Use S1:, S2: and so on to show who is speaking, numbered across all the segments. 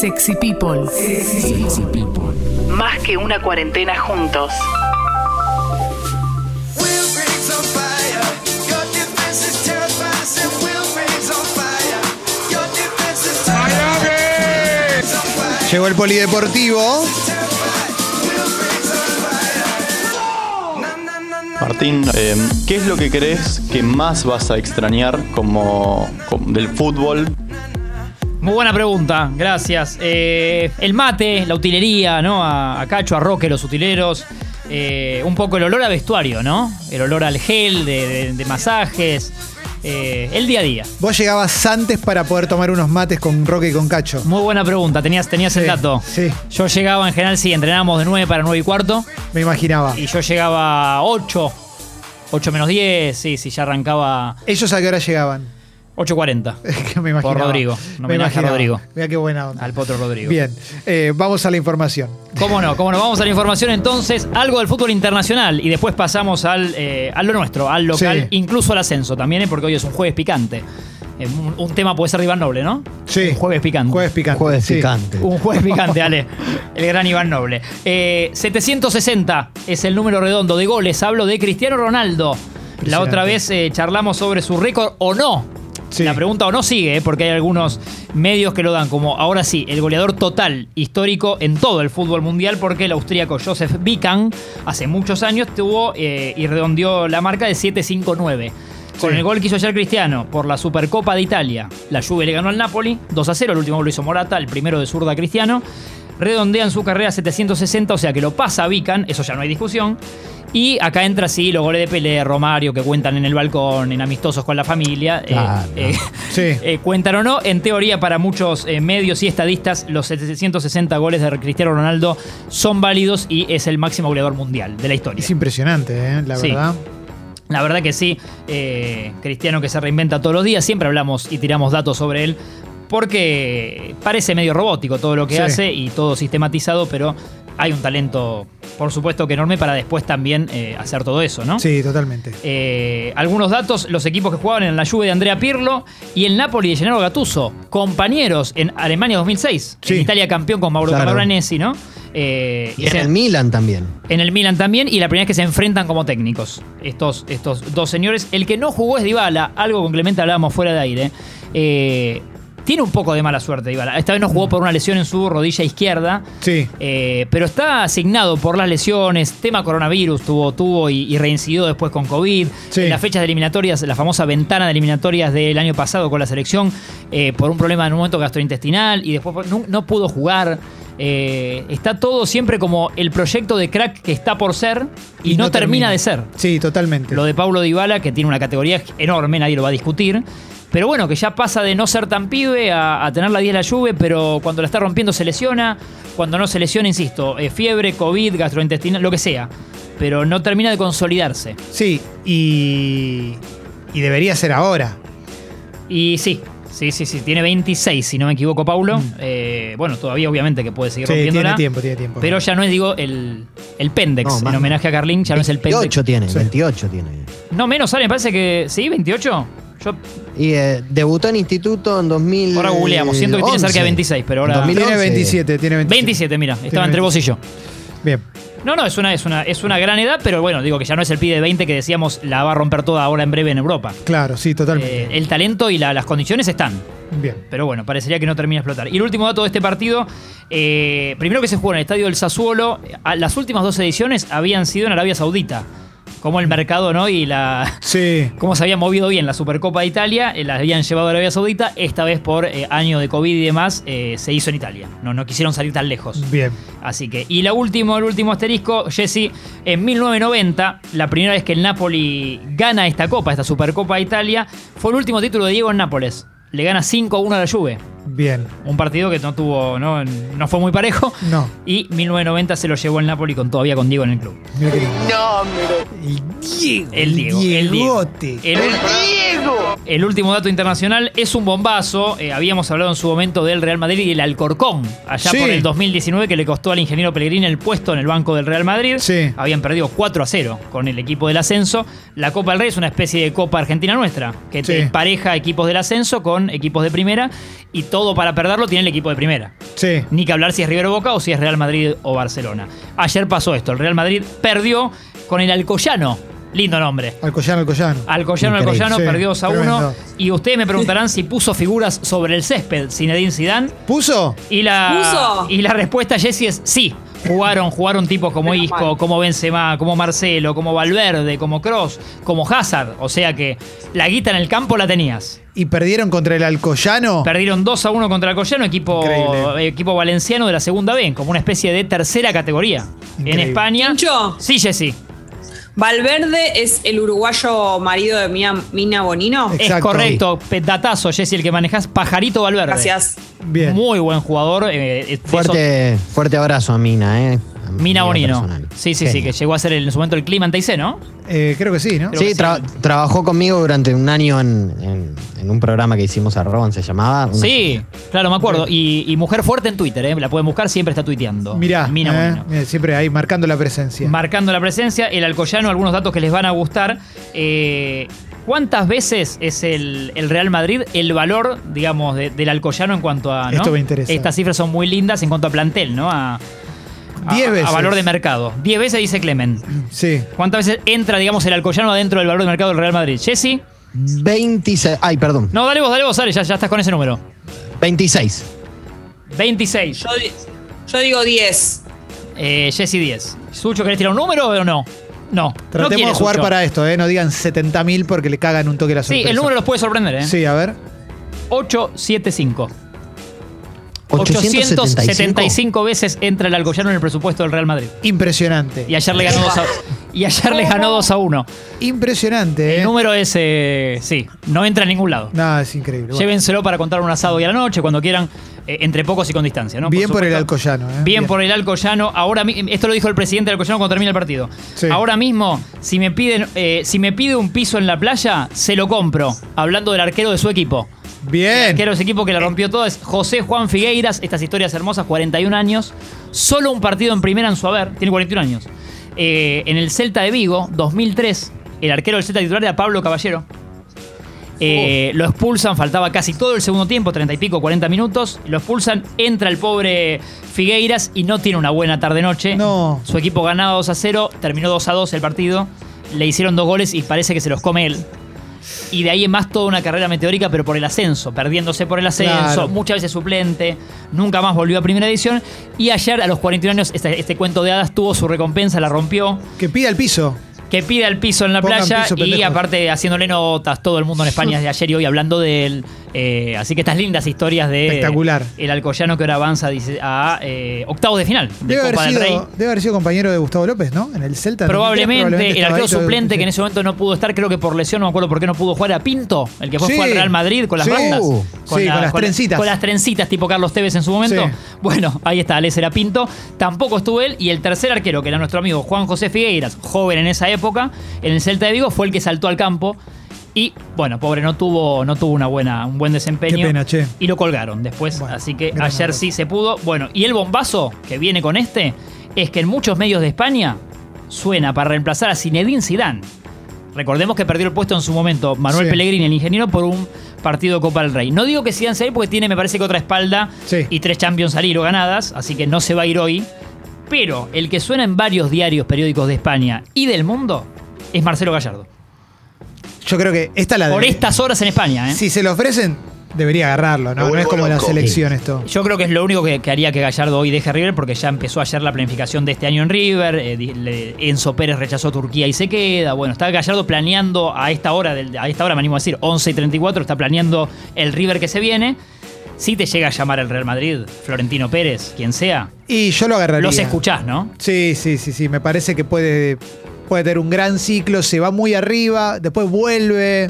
S1: Sexy People.
S2: Sexy people.
S1: Más que una cuarentena juntos.
S3: We'll bring some fire. Your defenses terrify. Said we'll bring some fire. Your defenses terrify. Some fire.
S4: Llegó el polideportivo.
S3: We'll bring some fire. Na na na na.
S5: Martín, eh, ¿qué es lo que crees que más vas a extrañar como, como del fútbol?
S6: Muy buena pregunta, gracias. Eh, el mate, la utilería, ¿no? A, a Cacho, a Roque, los utileros. Eh, un poco el olor a vestuario, ¿no? El olor al gel, de, de- de masajes. eh, el día a día.
S4: Vos llegabas antes para poder tomar unos mates con Roque y con Cacho.
S6: Muy buena pregunta, tenías, tenías el
S4: Sí,
S6: dato.
S4: sí.
S6: Yo llegaba en general, sí, entrenábamos de 9 para 9 y cuarto.
S4: Me imaginaba.
S6: Y yo llegaba 8, 8 menos 10, sí, sí, ya arrancaba
S4: ¿Ellos a qué hora llegaban?
S6: 8.40
S4: Que me imaginaba.
S6: Por Rodrigo, un homenaje a Rodrigo.
S4: Mira qué buena onda.
S6: al Potro Rodrigo.
S4: Bien, eh, vamos a la información.
S6: ¿Cómo no? ¿Cómo no? Vamos a la información entonces, algo del fútbol internacional y después pasamos al, eh, a lo nuestro, al local,
S4: Sí.
S6: incluso al ascenso también, ¿eh? porque hoy es un jueves picante. Eh, Un, un tema puede ser de Iván Noble, ¿no?
S4: Sí.
S6: Un jueves picante.
S4: Jueves picante.
S7: Jueves
S4: sí.
S7: picante.
S6: Un jueves picante, Ale. El gran Iván Noble. Eh, 760 es el número redondo de goles. Hablo de Cristiano Ronaldo. La otra vez eh, charlamos sobre su récord o no.
S4: Sí.
S6: La pregunta o no sigue, eh, porque hay algunos medios que lo dan como ahora sí, el goleador total histórico en todo el fútbol mundial, porque el austríaco Josef Bican hace muchos años tuvo eh, y redondeó la marca de 759. Con
S4: Sí.
S6: el gol que hizo ayer Cristiano por la Supercopa de Italia, la Juve le ganó al Napoli 2 a 0, el último gol lo hizo Morata, el primero de zurda Cristiano. Redondean su carrera a 760, o sea que lo pasa a Vican, eso ya no hay discusión. Y acá entra sí los goles de Pelé, Romario, que cuentan en el balcón, en amistosos con la familia. eh,
S7: Claro.
S6: eh,
S4: Sí.
S6: eh, cuentan o no, en teoría para muchos eh, medios y estadistas, los 760 goles de Cristiano Ronaldo son válidos y es el máximo goleador mundial de la historia.
S4: Es impresionante, eh, la
S6: Sí.
S4: verdad.
S6: La verdad que sí, eh, Cristiano que se reinventa todos los días, siempre hablamos y tiramos datos sobre él, porque parece medio robótico todo lo que
S4: Sí.
S6: hace y todo sistematizado, pero hay un talento, por supuesto, que enorme para después también eh, hacer todo eso, ¿no?
S4: Sí, totalmente.
S6: Eh, algunos datos, los equipos que jugaban en la Juve de Andrea Pirlo y el Napoli de Gennaro Gattuso, compañeros en Alemania 2006,
S4: Sí.
S6: en Italia campeón con Mauro
S7: Claro.
S6: Camoranesi, ¿no? Eh,
S7: Y en
S6: se-
S7: el Milan también.
S6: en el Milan también, y la primera vez que se enfrentan como técnicos, estos, estos dos señores. El que no jugó es Dybala, algo con Clemente hablábamos fuera de aire. Eh, tiene un poco de mala suerte Dybala. Esta vez no jugó por una lesión en su rodilla izquierda.
S4: Sí.
S6: Eh, pero está asignado por las lesiones, tema coronavirus, tuvo, tuvo y, y reincidió después con COVID.
S4: Sí.
S6: En las fechas de eliminatorias, la famosa ventana de eliminatorias del año pasado con la selección, eh, por un problema en un momento gastrointestinal y después por- no, no pudo jugar. Eh, está todo siempre como el proyecto de crack que está por ser y, no, termina de ser.
S4: Sí, totalmente.
S6: Lo de Paulo Dybala, que tiene una categoría enorme, nadie lo va a discutir. Pero bueno, que ya pasa de no ser tan pibe a, a tener la 10 la lluvia, pero cuando la está rompiendo se lesiona. Cuando no se lesiona, insisto, eh, fiebre, COVID, gastrointestinal, lo que sea. Pero no termina de consolidarse.
S4: Sí, y, y debería ser ahora.
S6: Y sí, sí, sí, sí. Tiene 26, si no me equivoco, Paulo. Eh, bueno, todavía obviamente que puede seguir
S4: Sí,
S6: rompiéndola.
S4: tiene tiempo, tiene tiempo.
S6: Pero ya no es, digo, el, el Pendex.
S7: No, más
S6: en
S7: no.
S6: homenaje a Carlín, ya no es el Pendex.
S7: 28 tiene,
S4: Sí.
S7: 28 tiene.
S6: No menos sale, me parece que. ¿Sí? ¿28? Yo
S7: Y eh, debutó en instituto en 2000.
S6: Ahora googleamos, siento que tiene cerca de 26, pero ahora-
S4: tiene 27, tiene 27.
S6: 27, mira,
S4: Tiene
S6: estaba entre vos y yo.
S4: Bien.
S6: No, no, es una, es una, es una gran edad, pero bueno, digo que ya no es el pibe de 20 que decíamos la va a romper toda ahora en breve en Europa.
S4: Claro, sí, totalmente.
S6: Eh, el talento y la- las condiciones están.
S4: Bien.
S6: Pero bueno, parecería que no termina de explotar. Y el último dato de este partido, eh, primero que se jugó en el Estadio del Sassuolo, eh, a- las últimas dos ediciones habían sido en Arabia Saudita. Como el mercado, ¿no? Y la,
S4: Sí.
S6: cómo se había movido bien la Supercopa de Italia, eh, la habían llevado a Arabia Saudita, esta vez por eh, año de COVID y demás, eh, se hizo en Italia. No, no quisieron salir tan lejos.
S4: Bien.
S6: Así que, y la último, el último asterisco, Jesse, en 1990, la primera vez que el Napoli gana esta copa, esta Supercopa de Italia, fue el último título de Diego en Nápoles. Le gana 5-1 a la Juve.
S4: Bien.
S6: Un partido que no tuvo, no, no fue muy parejo.
S4: No.
S6: Y 1990 se lo llevó el Napoli con, todavía con Diego en el club.
S4: Mira qué lindo. El Diego.
S6: El Diego. Eh. El Diego.
S4: Diegote.
S6: El, El último dato internacional es un bombazo. Eh, habíamos hablado en su momento del Real Madrid y el Alcorcón, allá
S4: Sí.
S6: por el 2019, que le costó al ingeniero Pellegrini el puesto en el banco del Real Madrid.
S4: Sí.
S6: Habían perdido 4 a 0 con el equipo del ascenso. La Copa del Rey es una especie de Copa Argentina nuestra, que
S4: Sí.
S6: te empareja equipos del ascenso con equipos de primera. Y todo para perderlo tiene el equipo de primera.
S4: Sí.
S6: Ni que hablar si es River o Boca o si es Real Madrid o Barcelona. Ayer pasó esto, el Real Madrid perdió con el Alcoyano. Lindo nombre.
S4: Alcoyano, Alcoyano.
S6: Alcoyano,
S7: Increíble.
S6: Alcoyano
S4: Sí,
S6: perdió 2 a 1
S4: tremendo.
S6: y ustedes me preguntarán si puso figuras sobre el césped Zinedine Zidane
S4: ¿Puso?
S6: y la,
S8: ¿Puso?
S6: y la respuesta, Jessy, es sí. Jugaron, jugaron tipos como
S8: Menos
S6: Isco,
S8: mal.
S6: como Benzema, como Marcelo, como Valverde, como Cross, como Hazard. O sea que la guita en el campo la tenías.
S4: ¿Y perdieron contra el Alcoyano?
S6: Perdieron 2 a 1 contra Collano, equipo,
S4: Oh. Increíble.
S6: equipo valenciano de la segunda B, como una especie de tercera categoría.
S4: Increíble.
S6: En España.
S8: Tincho.
S6: Sí, Jessy.
S8: Valverde es el uruguayo marido de Mina, Mina Bonino.
S4: Eh,
S6: Es
S4: Exacto.
S6: correcto. Petatazo, Jessy, el que manejas. Pajarito Valverde.
S8: Gracias.
S4: Bien.
S6: Muy buen jugador. eh, eh, de esos-
S7: Fuerte, fuerte abrazo a Mina, ¿eh? A mi
S6: Mina
S7: amiga
S6: Bonino.
S7: personal.
S6: Sí, sí, sí,
S7: Genio.
S6: que llegó a ser el- en su momento el clima Teicé, ¿no?
S4: Eh, creo que sí, ¿no?
S6: Creo-
S7: Sí,
S6: que sí.
S7: tra- trabajó conmigo durante un año en, en- en un programa que hicimos a Roban, se llamaba. Una-
S6: Sí, claro, me acuerdo. Y, y mujer fuerte en Twitter, ¿eh? La pueden buscar, siempre está tuiteando.
S4: Mirá,
S6: Mina
S4: eh,
S6: Molino.
S4: mirá, siempre ahí marcando la presencia.
S6: Marcando la presencia, el Alcoyano, algunos datos que les van a gustar. Eh, ¿Cuántas veces es el, el Real Madrid el valor, digamos, de- del Alcoyano en cuanto a. ¿no?
S4: Esto me interesa.
S6: Estas cifras son muy lindas en cuanto a plantel, ¿no? A, a-
S4: Diez veces.
S6: a valor de mercado. Diez veces dice Clement.
S4: sí.
S6: ¿Cuántas veces entra, digamos, el Alcoyano adentro del valor de mercado del Real Madrid? Jesse.
S7: 26. Ay, perdón.
S6: No, dale vos, dale vos, dale, ya, ya estás con ese número.
S7: 26.
S6: 26.
S8: Yo, di- yo digo 10.
S6: Eh, Jesse 10. Sucho, ¿querés tirar un número o no? No. no
S4: Tratemos
S6: quiere
S4: de jugar
S6: Sucho.
S4: para esto, ¿eh? No digan 70.000 porque le cagan un toque la
S6: Sí,
S4: sorpresa.
S6: el número los puede sorprender, ¿eh?
S4: Sí, a ver.
S6: 875.
S7: 875.
S6: 875 veces entra el Alcoyano en el presupuesto del Real Madrid.
S4: Impresionante.
S6: Y ayer le ganó 2 a, y ayer le ganó 2 a 1.
S4: Impresionante, ¿eh?
S6: El número es. eh, sí, no entra en ningún lado.
S4: No, es increíble. Bueno,
S6: Llévenselo para contar un asado y a la noche, cuando quieran, eh, entre pocos y con distancia, ¿no?
S4: bien por, el
S6: supuesto.
S4: Alcoyano, ¿eh?
S6: Bien por el Alcoyano. Ahora mi- esto lo dijo el presidente del Alcoyano cuando termina el partido.
S4: Sí.
S6: Ahora mismo, si me piden, eh, si me pide un piso en la playa, se lo compro. Hablando del arquero de su equipo. El
S4: Bien. Eh.
S6: arquero de su equipo que la rompió todo es José Juan Figueiras. Estas historias hermosas, 41 años. Solo un partido en primera en su haber. Tiene 41 años. Eh, en el Celta de Vigo, 2003, el arquero del Celta titular era Pablo Caballero. Eh, Lo expulsan, faltaba casi todo el segundo tiempo, 30 y pico, 40 minutos. Lo expulsan, entra el pobre Figueiras y no tiene una buena tarde-noche.
S4: No.
S6: Su equipo ganaba 2 a 0, terminó 2 a 2 el partido. Le hicieron dos goles y parece que se los come él. Y de ahí en más toda una carrera meteórica, pero por el ascenso, perdiéndose por el ascenso,
S4: Claro.
S6: muchas veces suplente, nunca más volvió a primera edición. Y ayer, a los 41 años, este, este cuento de hadas tuvo su recompensa, la rompió,
S4: Que pida el piso.
S6: que pida el piso en la
S4: Pongan
S6: playa
S4: piso,
S6: y
S4: pendejos.
S6: aparte haciéndole notas todo el mundo en España de ayer y hoy hablando de él. Eh, así que estas lindas historias de
S4: Espectacular.
S6: el Alcoyano que ahora avanza dice, a eh, octavos de final de
S4: Debe
S6: Copa
S4: haber,
S6: del Rey.
S4: sido, debe haber sido compañero de Gustavo López, ¿no? En el Celta. en 2003,
S6: Probablemente, el
S4: estaba
S6: arquero
S4: ahí,
S6: suplente
S4: todavía-
S6: que en ese momento no pudo estar, creo que por lesión, no me acuerdo por qué no pudo jugar, a Pinto, el que fue
S4: Sí.
S6: jugar al Real Madrid con las
S4: Sí.
S6: bandas.
S4: Uh, sí, con las trencitas.
S6: Con las trencitas, tipo Carlos Tevez en su momento.
S4: Sí.
S6: Bueno, ahí está, Alex era Pinto. Tampoco estuvo él. Y el tercer arquero, que era nuestro amigo Juan José Figueiras, joven en esa época, en el Celta de Vigo, fue el que saltó al campo. Y bueno, pobre, no tuvo, no tuvo una buena, un buen desempeño.
S4: Qué pena, che.
S6: Y lo colgaron después.
S4: Bueno,
S6: así que
S4: gran
S6: ayer
S4: error.
S6: sí se pudo. Bueno, y el bombazo que viene con este es que en muchos medios de España suena para reemplazar a Zinedine Zidane. Recordemos que perdió el puesto en su momento Manuel
S4: Sí.
S6: Pellegrini, el ingeniero, por un partido de Copa del Rey. No digo que Zidane se va a ir porque tiene, me parece que otra espalda
S4: Sí.
S6: y tres Champions al hilo ganadas, así que no se va a ir hoy. Pero el que suena en varios diarios periódicos de España y del mundo es Marcelo Gallardo.
S4: Yo creo que esta la
S6: Por
S4: debe-
S6: estas horas en España, ¿eh?
S4: Si se lo ofrecen, debería agarrarlo, ¿no? No es como la selección esto.
S6: Yo creo que es lo único que, que haría que Gallardo hoy deje River, porque ya empezó ayer la planificación de este año en River. eh, di- le- Enzo Pérez rechazó Turquía y se queda. Bueno, está Gallardo planeando a esta hora, del- a esta hora me animo a decir, 11 y 34, está planeando el River que se viene. Si te llega a llamar el Real Madrid, Florentino Pérez, quien sea,
S4: Y yo lo agarraría.
S6: los escuchás, ¿no?
S4: Sí, sí, sí, sí. Me parece que puede, puede tener un gran ciclo. Se va muy arriba, después vuelve.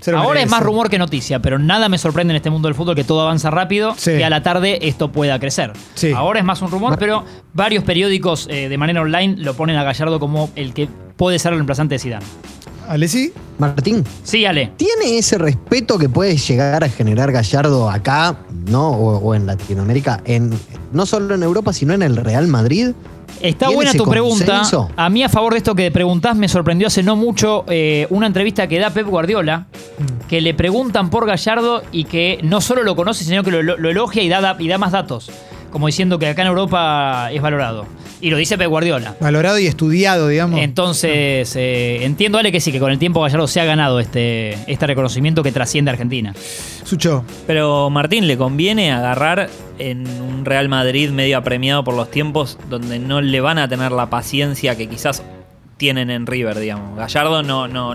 S4: se lo
S6: Ahora es
S4: merece.
S6: más rumor que noticia, pero nada me sorprende en este mundo del fútbol que todo avanza rápido
S4: Sí.
S6: que a la tarde esto pueda crecer.
S4: Sí.
S6: Ahora es más un rumor, pero varios periódicos eh, de manera online lo ponen a Gallardo como el que puede ser el reemplazante de Zidane.
S4: Alessi.
S7: Martín,
S6: Sí, Ale.
S7: ¿tiene ese respeto que puede llegar a generar Gallardo acá, ¿no? O, o en Latinoamérica, en, no solo en Europa, sino en el Real Madrid?
S6: Está
S7: ¿Tiene
S6: buena
S7: ese
S6: tu pregunta.
S7: consenso?
S6: A mí, a favor de esto que preguntás, me sorprendió hace no mucho eh, una entrevista que da Pep Guardiola,
S7: Mm.
S6: que le preguntan por Gallardo y que no solo lo conoce, sino que lo, lo- lo elogia y da, da- y da más datos. Como diciendo que acá en Europa es valorado. Y lo dice Pep Guardiola.
S4: Valorado y estudiado, digamos.
S6: Entonces, eh, entiendo, Ale, que sí, que con el tiempo Gallardo se ha ganado este, este reconocimiento que trasciende a Argentina.
S4: Sucho,
S9: Pero Martín, ¿le conviene agarrar en un Real Madrid medio apremiado por los tiempos donde no le van a tener la paciencia que quizás tienen en River, digamos? Gallardo no, no.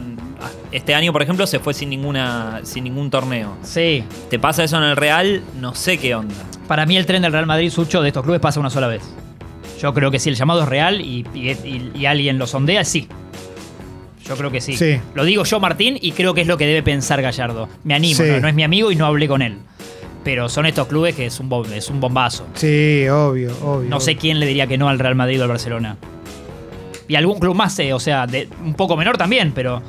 S9: Este año, por ejemplo, se fue sin ninguna. sin ningún torneo.
S6: Sí.
S9: Te pasa eso en el Real, no sé qué onda.
S6: Para mí el tren del Real Madrid, Sucho, de estos clubes pasa una sola vez. Yo creo que si el llamado es real y, y- y- y alguien lo sondea, sí. Yo creo que sí.
S4: Sí.
S6: Lo digo yo, Martín, y creo que es lo que debe pensar Gallardo. Me animo,
S4: Sí.
S6: no, no es mi amigo y no hablé con él. Pero son estos clubes que es un, bom- es un bombazo.
S4: sí, obvio, obvio.
S6: No sé quién le diría que no al Real Madrid o al Barcelona. Y algún club más, eh, o sea, de- un poco menor también, pero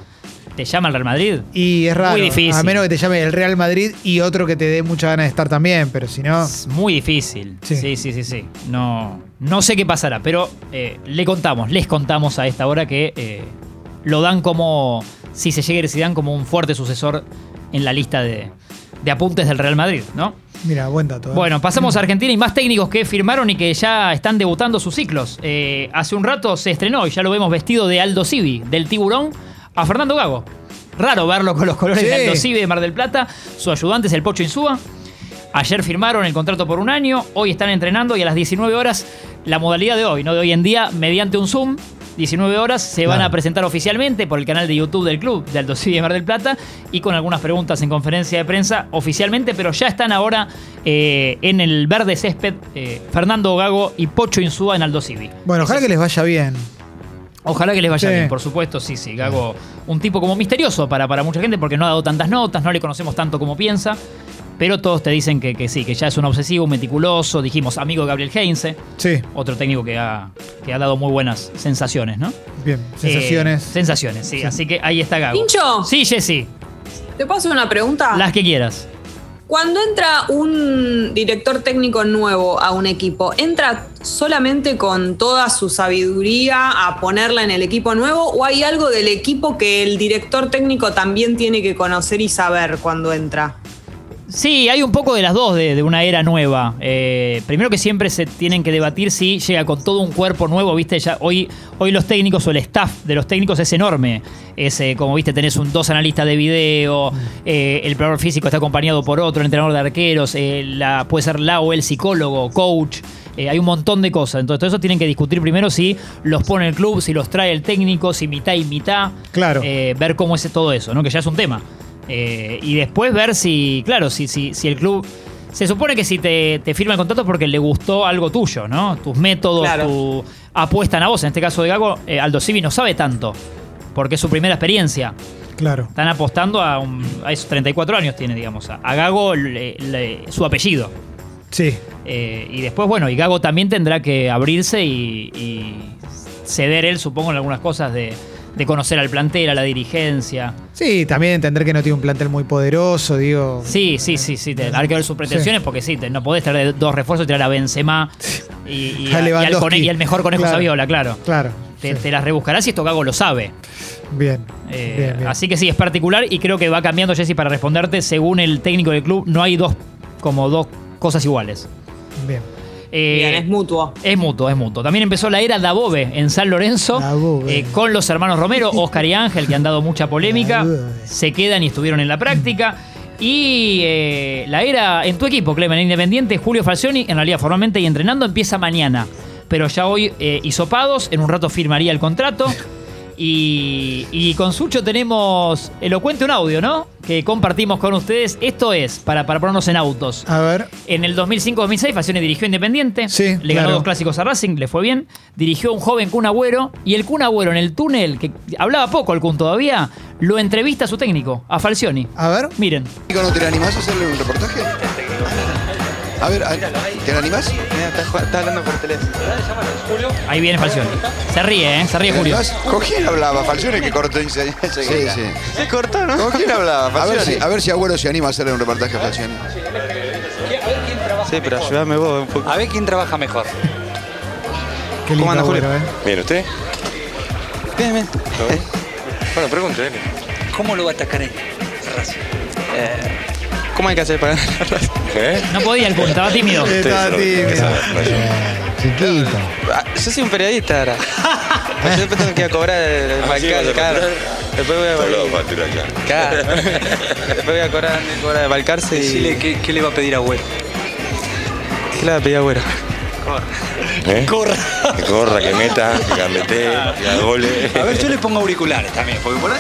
S6: te llama el Real Madrid.
S4: Y es raro.
S6: Muy difícil.
S4: A menos que te llame el Real Madrid y otro que te dé mucha ganas de estar también, pero si no.
S6: Es muy difícil. Sí,
S4: Ah. Sí.
S6: sí, sí, sí. No, no sé qué pasará, pero eh, le contamos, les contamos a esta hora que eh, lo dan como, si se llega a Zidane, como un fuerte sucesor en la lista de, de apuntes del Real Madrid, ¿no?
S4: Mira, buen dato. ¿eh?
S6: Bueno, pasamos a Argentina y más técnicos que firmaron y que ya están debutando sus ciclos. Eh, hace un rato se estrenó y ya lo vemos vestido de Aldo Civi, del tiburón, a Fernando Gago. Raro verlo con los colores
S4: Sí.
S6: de Aldo Civi de Mar del Plata. Su ayudante es el Pocho Insúa. Ayer firmaron el contrato por un año, hoy están entrenando y a las 19 horas, la modalidad de hoy, no de hoy en día, mediante un Zoom, 19 horas, se van
S7: Claro.
S6: a presentar oficialmente por el canal de YouTube del club de Aldo Civi de Mar del Plata y con algunas preguntas en conferencia de prensa oficialmente, pero ya están ahora eh, en el verde césped eh, Fernando Gago y Pocho Insúa en Aldo Civi.
S4: Bueno, ojalá que les vaya bien.
S6: Ojalá que les vaya
S4: Sí.
S6: bien, por supuesto, sí, sí. Gago, un tipo como misterioso para, para mucha gente porque no ha dado tantas notas, no le conocemos tanto como piensa, pero todos te dicen que, que sí, que ya es un obsesivo, un meticuloso, dijimos amigo de Gabriel Heinze,
S4: Sí,
S6: otro técnico que ha, que ha dado muy buenas sensaciones, ¿no?
S4: bien.
S6: Eh,
S4: Sensaciones.
S6: sensaciones, sí, así que ahí está Gago.
S8: Pincho.
S6: Sí, Jessy,
S8: ¿Te puedo hacer una pregunta?
S6: las que quieras.
S8: Cuando entra un director técnico nuevo a un equipo, ¿entra solamente con toda su sabiduría a ponerla en el equipo nuevo o hay algo del equipo que el director técnico también tiene que conocer y saber cuando entra?
S6: Sí, hay un poco de las dos de, de una era nueva. Eh, primero que siempre se tienen que debatir si llega con todo un cuerpo nuevo, viste, ya hoy, hoy los técnicos o el staff de los técnicos es enorme. Es, eh, como viste, tenés un, dos analistas de video, eh, el preparador físico está acompañado por otro, el entrenador de arqueros, eh, la, puede ser la o el psicólogo, coach. Eh, hay un montón de cosas. Entonces, todo eso tienen que discutir primero si los pone el club, si los trae el técnico, si mitad y mitad.
S4: Claro.
S6: Eh, ver cómo es todo eso, ¿no? Que ya es un tema. Eh, y después ver si, claro, si, si, si el club. Se supone que si te, te firma el contrato es porque le gustó algo tuyo, ¿no? Tus métodos,
S8: Claro.
S6: tu apuesta a vos. En este caso de Gago, eh, Aldo Civi no sabe tanto, porque es su primera experiencia.
S4: Claro.
S6: Están apostando a, un- a esos 34 años, tiene, digamos. A, a Gago le- le- su apellido.
S4: Sí.
S6: Eh, y después, bueno, y Gago también tendrá que abrirse y, y ceder él, supongo, en algunas cosas de, de conocer al plantel, a la dirigencia.
S4: Sí, también entender que no tiene un plantel muy poderoso, digo.
S6: Sí, sí, sí, sí. te- hay que ver sus pretensiones porque sí, te- no podés traer dos refuerzos, tirar a Benzema y, y, a-
S4: A
S6: y al
S4: Lewandowski.
S6: cone- y al mejor conejo
S4: Claro.
S6: Saviola, claro.
S4: Claro.
S6: Te,
S4: sí.
S6: te las rebuscarás y esto Gago lo sabe.
S4: Bien,
S6: Eh,
S4: bien, bien.
S6: Así que sí, es particular y creo que va cambiando, Jesse, para responderte. Según el técnico del club, no hay dos, como dos cosas iguales.
S4: Bien.
S6: Eh,
S8: Bien, es mutuo.
S6: Es mutuo, es mutuo. También empezó la era Dabove en San Lorenzo
S4: Dabove.
S6: eh, con los hermanos Romero, Oscar y Ángel, que han dado mucha polémica.
S4: Dabove.
S6: Se quedan y estuvieron en la práctica. Y eh, la era en tu equipo, Clemen, en Independiente, Julio Falcioni, en realidad formalmente y entrenando, empieza mañana. Pero ya hoy eh, hisopados, en un rato firmaría el contrato. Y, y con Sucho tenemos elocuente un audio, ¿no? Que compartimos con ustedes. Esto es para, para ponernos en autos.
S4: A ver.
S6: En el 2005-2006, Facione dirigió Independiente.
S4: Sí,
S6: le ganó
S4: claro.
S6: dos clásicos a Racing, le fue bien. Dirigió a un joven Kun Agüero. Y el Kun Agüero en el túnel, que hablaba poco el Kun todavía, lo entrevista a su técnico, a Falcioni.
S4: A ver.
S6: Miren.
S10: ¿No te animás a hacerle un reportaje? A ver, a- ¿te la animás?
S3: Mira, está, jugando- está hablando por teléfono.
S6: Ahí viene Falcioni. Se ríe, ¿eh? Se ríe
S10: ¿Te la
S6: Julio.
S10: animás? ¿Con quién hablaba? Falcione que cortó y se- se
S5: Sí,
S10: grita.
S5: sí.
S3: Se cortó, ¿no?
S10: ¿Con quién hablaba? A ver, si,
S3: Falcione.
S10: a ver si Agüero se anima a hacerle un reportaje a Falcione.
S3: Sí, pero ayúdame vos un poco.
S11: A ver quién trabaja mejor.
S4: Qué lindo
S3: ¿Cómo anda, Julio?
S4: Agüero, ¿eh?
S11: Mire usted.
S3: Bien, bien.
S11: Bueno, pregúntele. ¿Cómo lo va a atacar él? Racing?
S3: ¿Cómo hay que hacer para ganar?
S11: ¿Eh?
S6: No podía el Kun, estaba tímido.
S10: Eh,
S4: Está tímido.
S7: Eh, Chiquito.
S3: Ah, Yo soy un periodista ahora. Yo siempre tengo que ir a cobrar el el
S11: Ah, sí,
S3: balcán,
S11: vas a
S3: claro.
S11: cobrar.
S3: Después voy a Claro. Después voy a cobrar, cobrar de balcarse
S11: Decile
S3: y.
S11: qué, qué le va a pedir a Güero.
S3: ¿Qué le va a pedir agüero?
S11: Corra.
S12: ¿Eh? Que corra, que meta, que gambete, que haga goles.
S11: A ver, yo le pongo auriculares también, porque por ahí.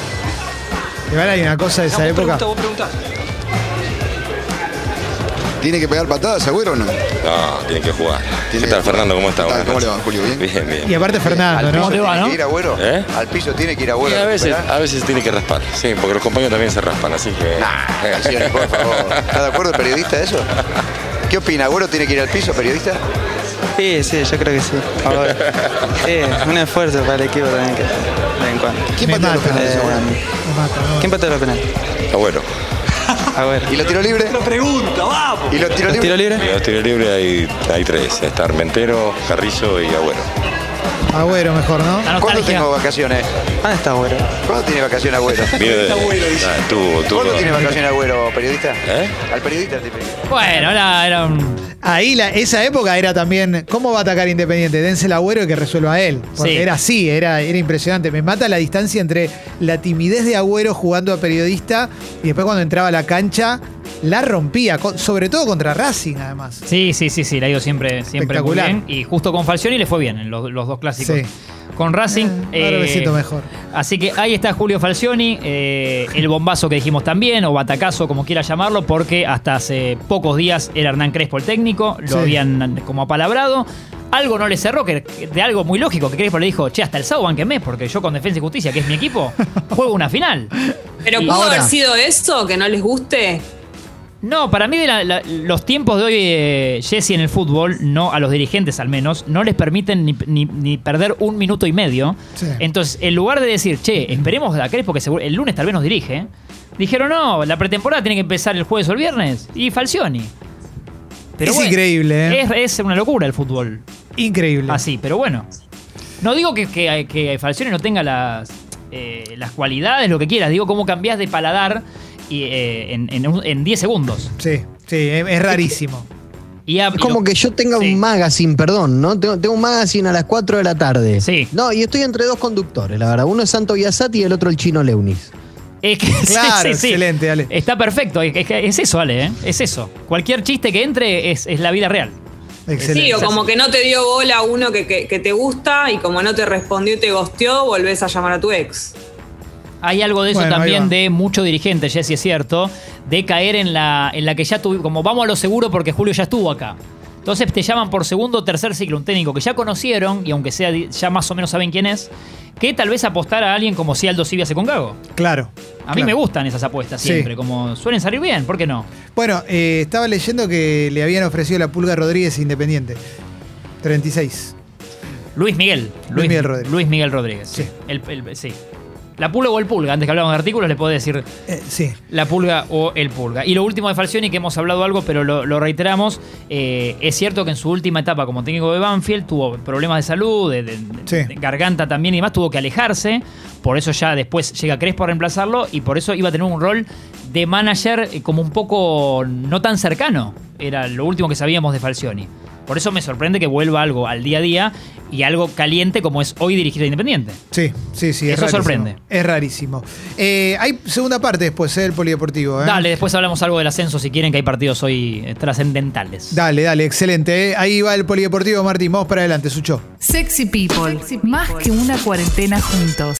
S4: Igual hay una cosa de
S11: No,
S4: esa
S11: vos
S4: época.
S11: preguntá, vos preguntás.
S10: ¿Tiene que pegar patadas, Agüero o no?
S12: No, tiene que jugar.
S10: Tiene
S12: ¿Qué
S10: que
S12: tal,
S10: jugar.
S12: Fernando? ¿Cómo está?
S10: ¿Qué tal?
S12: Buenas
S10: ¿Cómo le va,
S12: noches.
S10: Julio? ¿Bien?
S12: Bien,
S4: Y
S12: bien.
S4: aparte Fernando, ¿no?
S6: te
S10: Tiene
S6: va, no?
S10: que ir Agüero.
S12: ¿Eh?
S10: Al piso tiene que ir Agüero.
S12: Y a veces,
S10: ¿verdad?
S12: a veces tiene que raspar, sí, porque los compañeros también se raspan, así que.
S10: Falcione, por favor. ¿Está de acuerdo el periodista eh? de eso? ¿Qué opina? ¿Agüero tiene que ir al piso, periodista?
S3: Sí, sí, yo creo que sí. Ahora. Sí, un esfuerzo para el equipo también que de vez en cuando.
S10: ¿Quién
S4: Me
S10: pateó los
S4: mata.
S10: penales, Agüero?
S4: Me mata, ¿no?
S3: ¿Quién pateó los penales?
S12: Agüero.
S3: Agüero.
S10: ¿Y lo tiró libre?
S11: Lo pregunta, vamos.
S10: ¿Y lo tiró
S3: ¿Los tiro
S10: libre?
S12: En
S3: libre?
S12: los tiros libres hay, hay tres: está Armentero, Carrillo y Agüero.
S4: Agüero mejor, ¿no?
S6: La
S10: ¿Cuándo
S6: nostalgia.
S10: tengo vacaciones?
S3: ¿Dónde Ah, está Agüero?
S10: ¿Cuándo tiene vacaciones Agüero?
S12: Vino de-
S11: Agüero, dice.
S12: Ah, tuvo, tuvo.
S10: ¿Cuándo tiene vacaciones Agüero, periodista?
S12: ¿Eh?
S10: Al periodista te pedí.
S6: Bueno, era, era un-
S4: Ahí la, esa época era también, ¿cómo va a atacar Independiente? Dense el agüero y que resuelva él. Porque
S6: Sí.
S4: era así, era, era impresionante. Me mata la distancia entre la timidez de agüero jugando a periodista y después cuando entraba a la cancha, la rompía, co- sobre todo contra Racing además.
S6: Sí, sí, sí, sí, la ha ido siempre, siempre muy
S4: Espectacular.
S6: bien. Y justo con Falcioni le fue bien en los, los dos clásicos.
S4: Sí.
S6: Con Racing.
S4: Eh, ahora me siento mejor.
S6: Así que ahí está Julio Falcioni, eh, el bombazo que dijimos también, o batacazo, como quiera llamarlo, porque hasta hace pocos días era Hernán Crespo el técnico, lo
S4: Sí.
S6: habían como apalabrado. Algo no le cerró, que que- de algo muy lógico, que Crespo le dijo, che, hasta el sábado banquenme, porque yo con Defensa y Justicia, que es mi equipo, juego una final.
S8: Pero
S6: Y
S8: pudo
S7: ahora-
S8: haber sido eso, que no les guste.
S6: No, para mí de la- la- los tiempos de hoy, eh, Jesse, en el fútbol, no a los dirigentes al menos, no les permiten ni, ni- ni perder un minuto y medio.
S4: Sí.
S6: Entonces, en lugar de decir, che, esperemos a Crespo, porque seguro- el lunes tal vez nos dirige, ¿eh? dijeron, no, la pretemporada tiene que empezar el jueves o el viernes. Y Falcioni. Pero
S4: es
S6: bueno,
S4: increíble, ¿eh?
S6: Es, es una locura el fútbol.
S4: increíble.
S6: Así, pero bueno. No digo que, que, que Falcioni no tenga las, eh, las cualidades, lo que quieras. Digo, cómo cambias de paladar y, eh, en- en un- en 10 segundos.
S4: Sí, sí, es, es rarísimo.
S6: Y a-
S7: Es como
S6: lo-
S7: que yo tenga
S6: Sí.
S7: un magazine, perdón, ¿no? Tengo, tengo un magazine a las 4 de la tarde.
S6: Sí.
S7: No, y estoy entre dos conductores, la verdad. Uno es Santo Biasati y el otro el chino Leunis.
S6: Es que, sí,
S4: Claro,
S6: sí, sí.
S4: excelente, Ale.
S6: Está perfecto. Es, es que es eso, Ale, ¿eh? Es eso. Cualquier chiste que entre es, es la vida real.
S4: Excelente.
S8: Sí, o
S6: Sí,
S8: como que no te dio bola a uno que, que- que te gusta y como no te respondió y te gosteó, volvés a llamar a tu ex.
S6: Hay algo de eso
S4: Bueno, ahí
S6: también
S4: va.
S6: de mucho dirigente, Jessy, es cierto, de caer en la, en la que ya tuvimos, como vamos a lo seguro porque Julio ya estuvo acá. Entonces te llaman por segundo o tercer ciclo, un técnico que ya conocieron, y aunque sea di- ya más o menos saben quién es, que tal vez apostar a alguien como si Aldo Civi hace con Gago.
S4: Claro.
S6: A mí
S4: claro.
S6: me gustan esas apuestas
S4: Sí.
S6: siempre, como suelen salir bien, ¿por qué no?
S4: Bueno, eh, estaba leyendo que le habían ofrecido la Pulga Rodríguez Independiente. 36.
S6: Luis Miguel.
S4: Luis Miguel Rodríguez.
S6: Luis Miguel Rodríguez, sí.
S4: Sí.
S6: El, el- sí. La pulga o el pulga, antes que hablábamos de artículos, le puedo decir
S4: Eh, sí.
S6: la pulga o el pulga. Y lo último de Falcioni, que hemos hablado algo, pero lo, lo reiteramos, eh, es cierto que en su última etapa como técnico de Banfield tuvo problemas de salud, de, de-
S4: Sí.
S6: de garganta también y demás, tuvo que alejarse, por eso ya después llega Crespo a reemplazarlo y por eso iba a tener un rol de manager eh, como un poco no tan cercano, era lo último que sabíamos de Falcioni. Por eso me sorprende que vuelva algo al día a día y algo caliente como es hoy dirigir a Independiente.
S4: Sí, sí, sí. Es
S6: Eso
S4: rarísimo.
S6: sorprende.
S4: Es rarísimo. Eh, hay segunda parte después eh, del polideportivo. ¿eh?
S6: Dale, después hablamos algo del ascenso si quieren, que hay partidos hoy eh, trascendentales.
S4: Dale, dale, excelente. ¿eh? Ahí va el polideportivo, Martín. Vamos para adelante, Sucho.
S2: Sexy People. Más que una cuarentena juntos.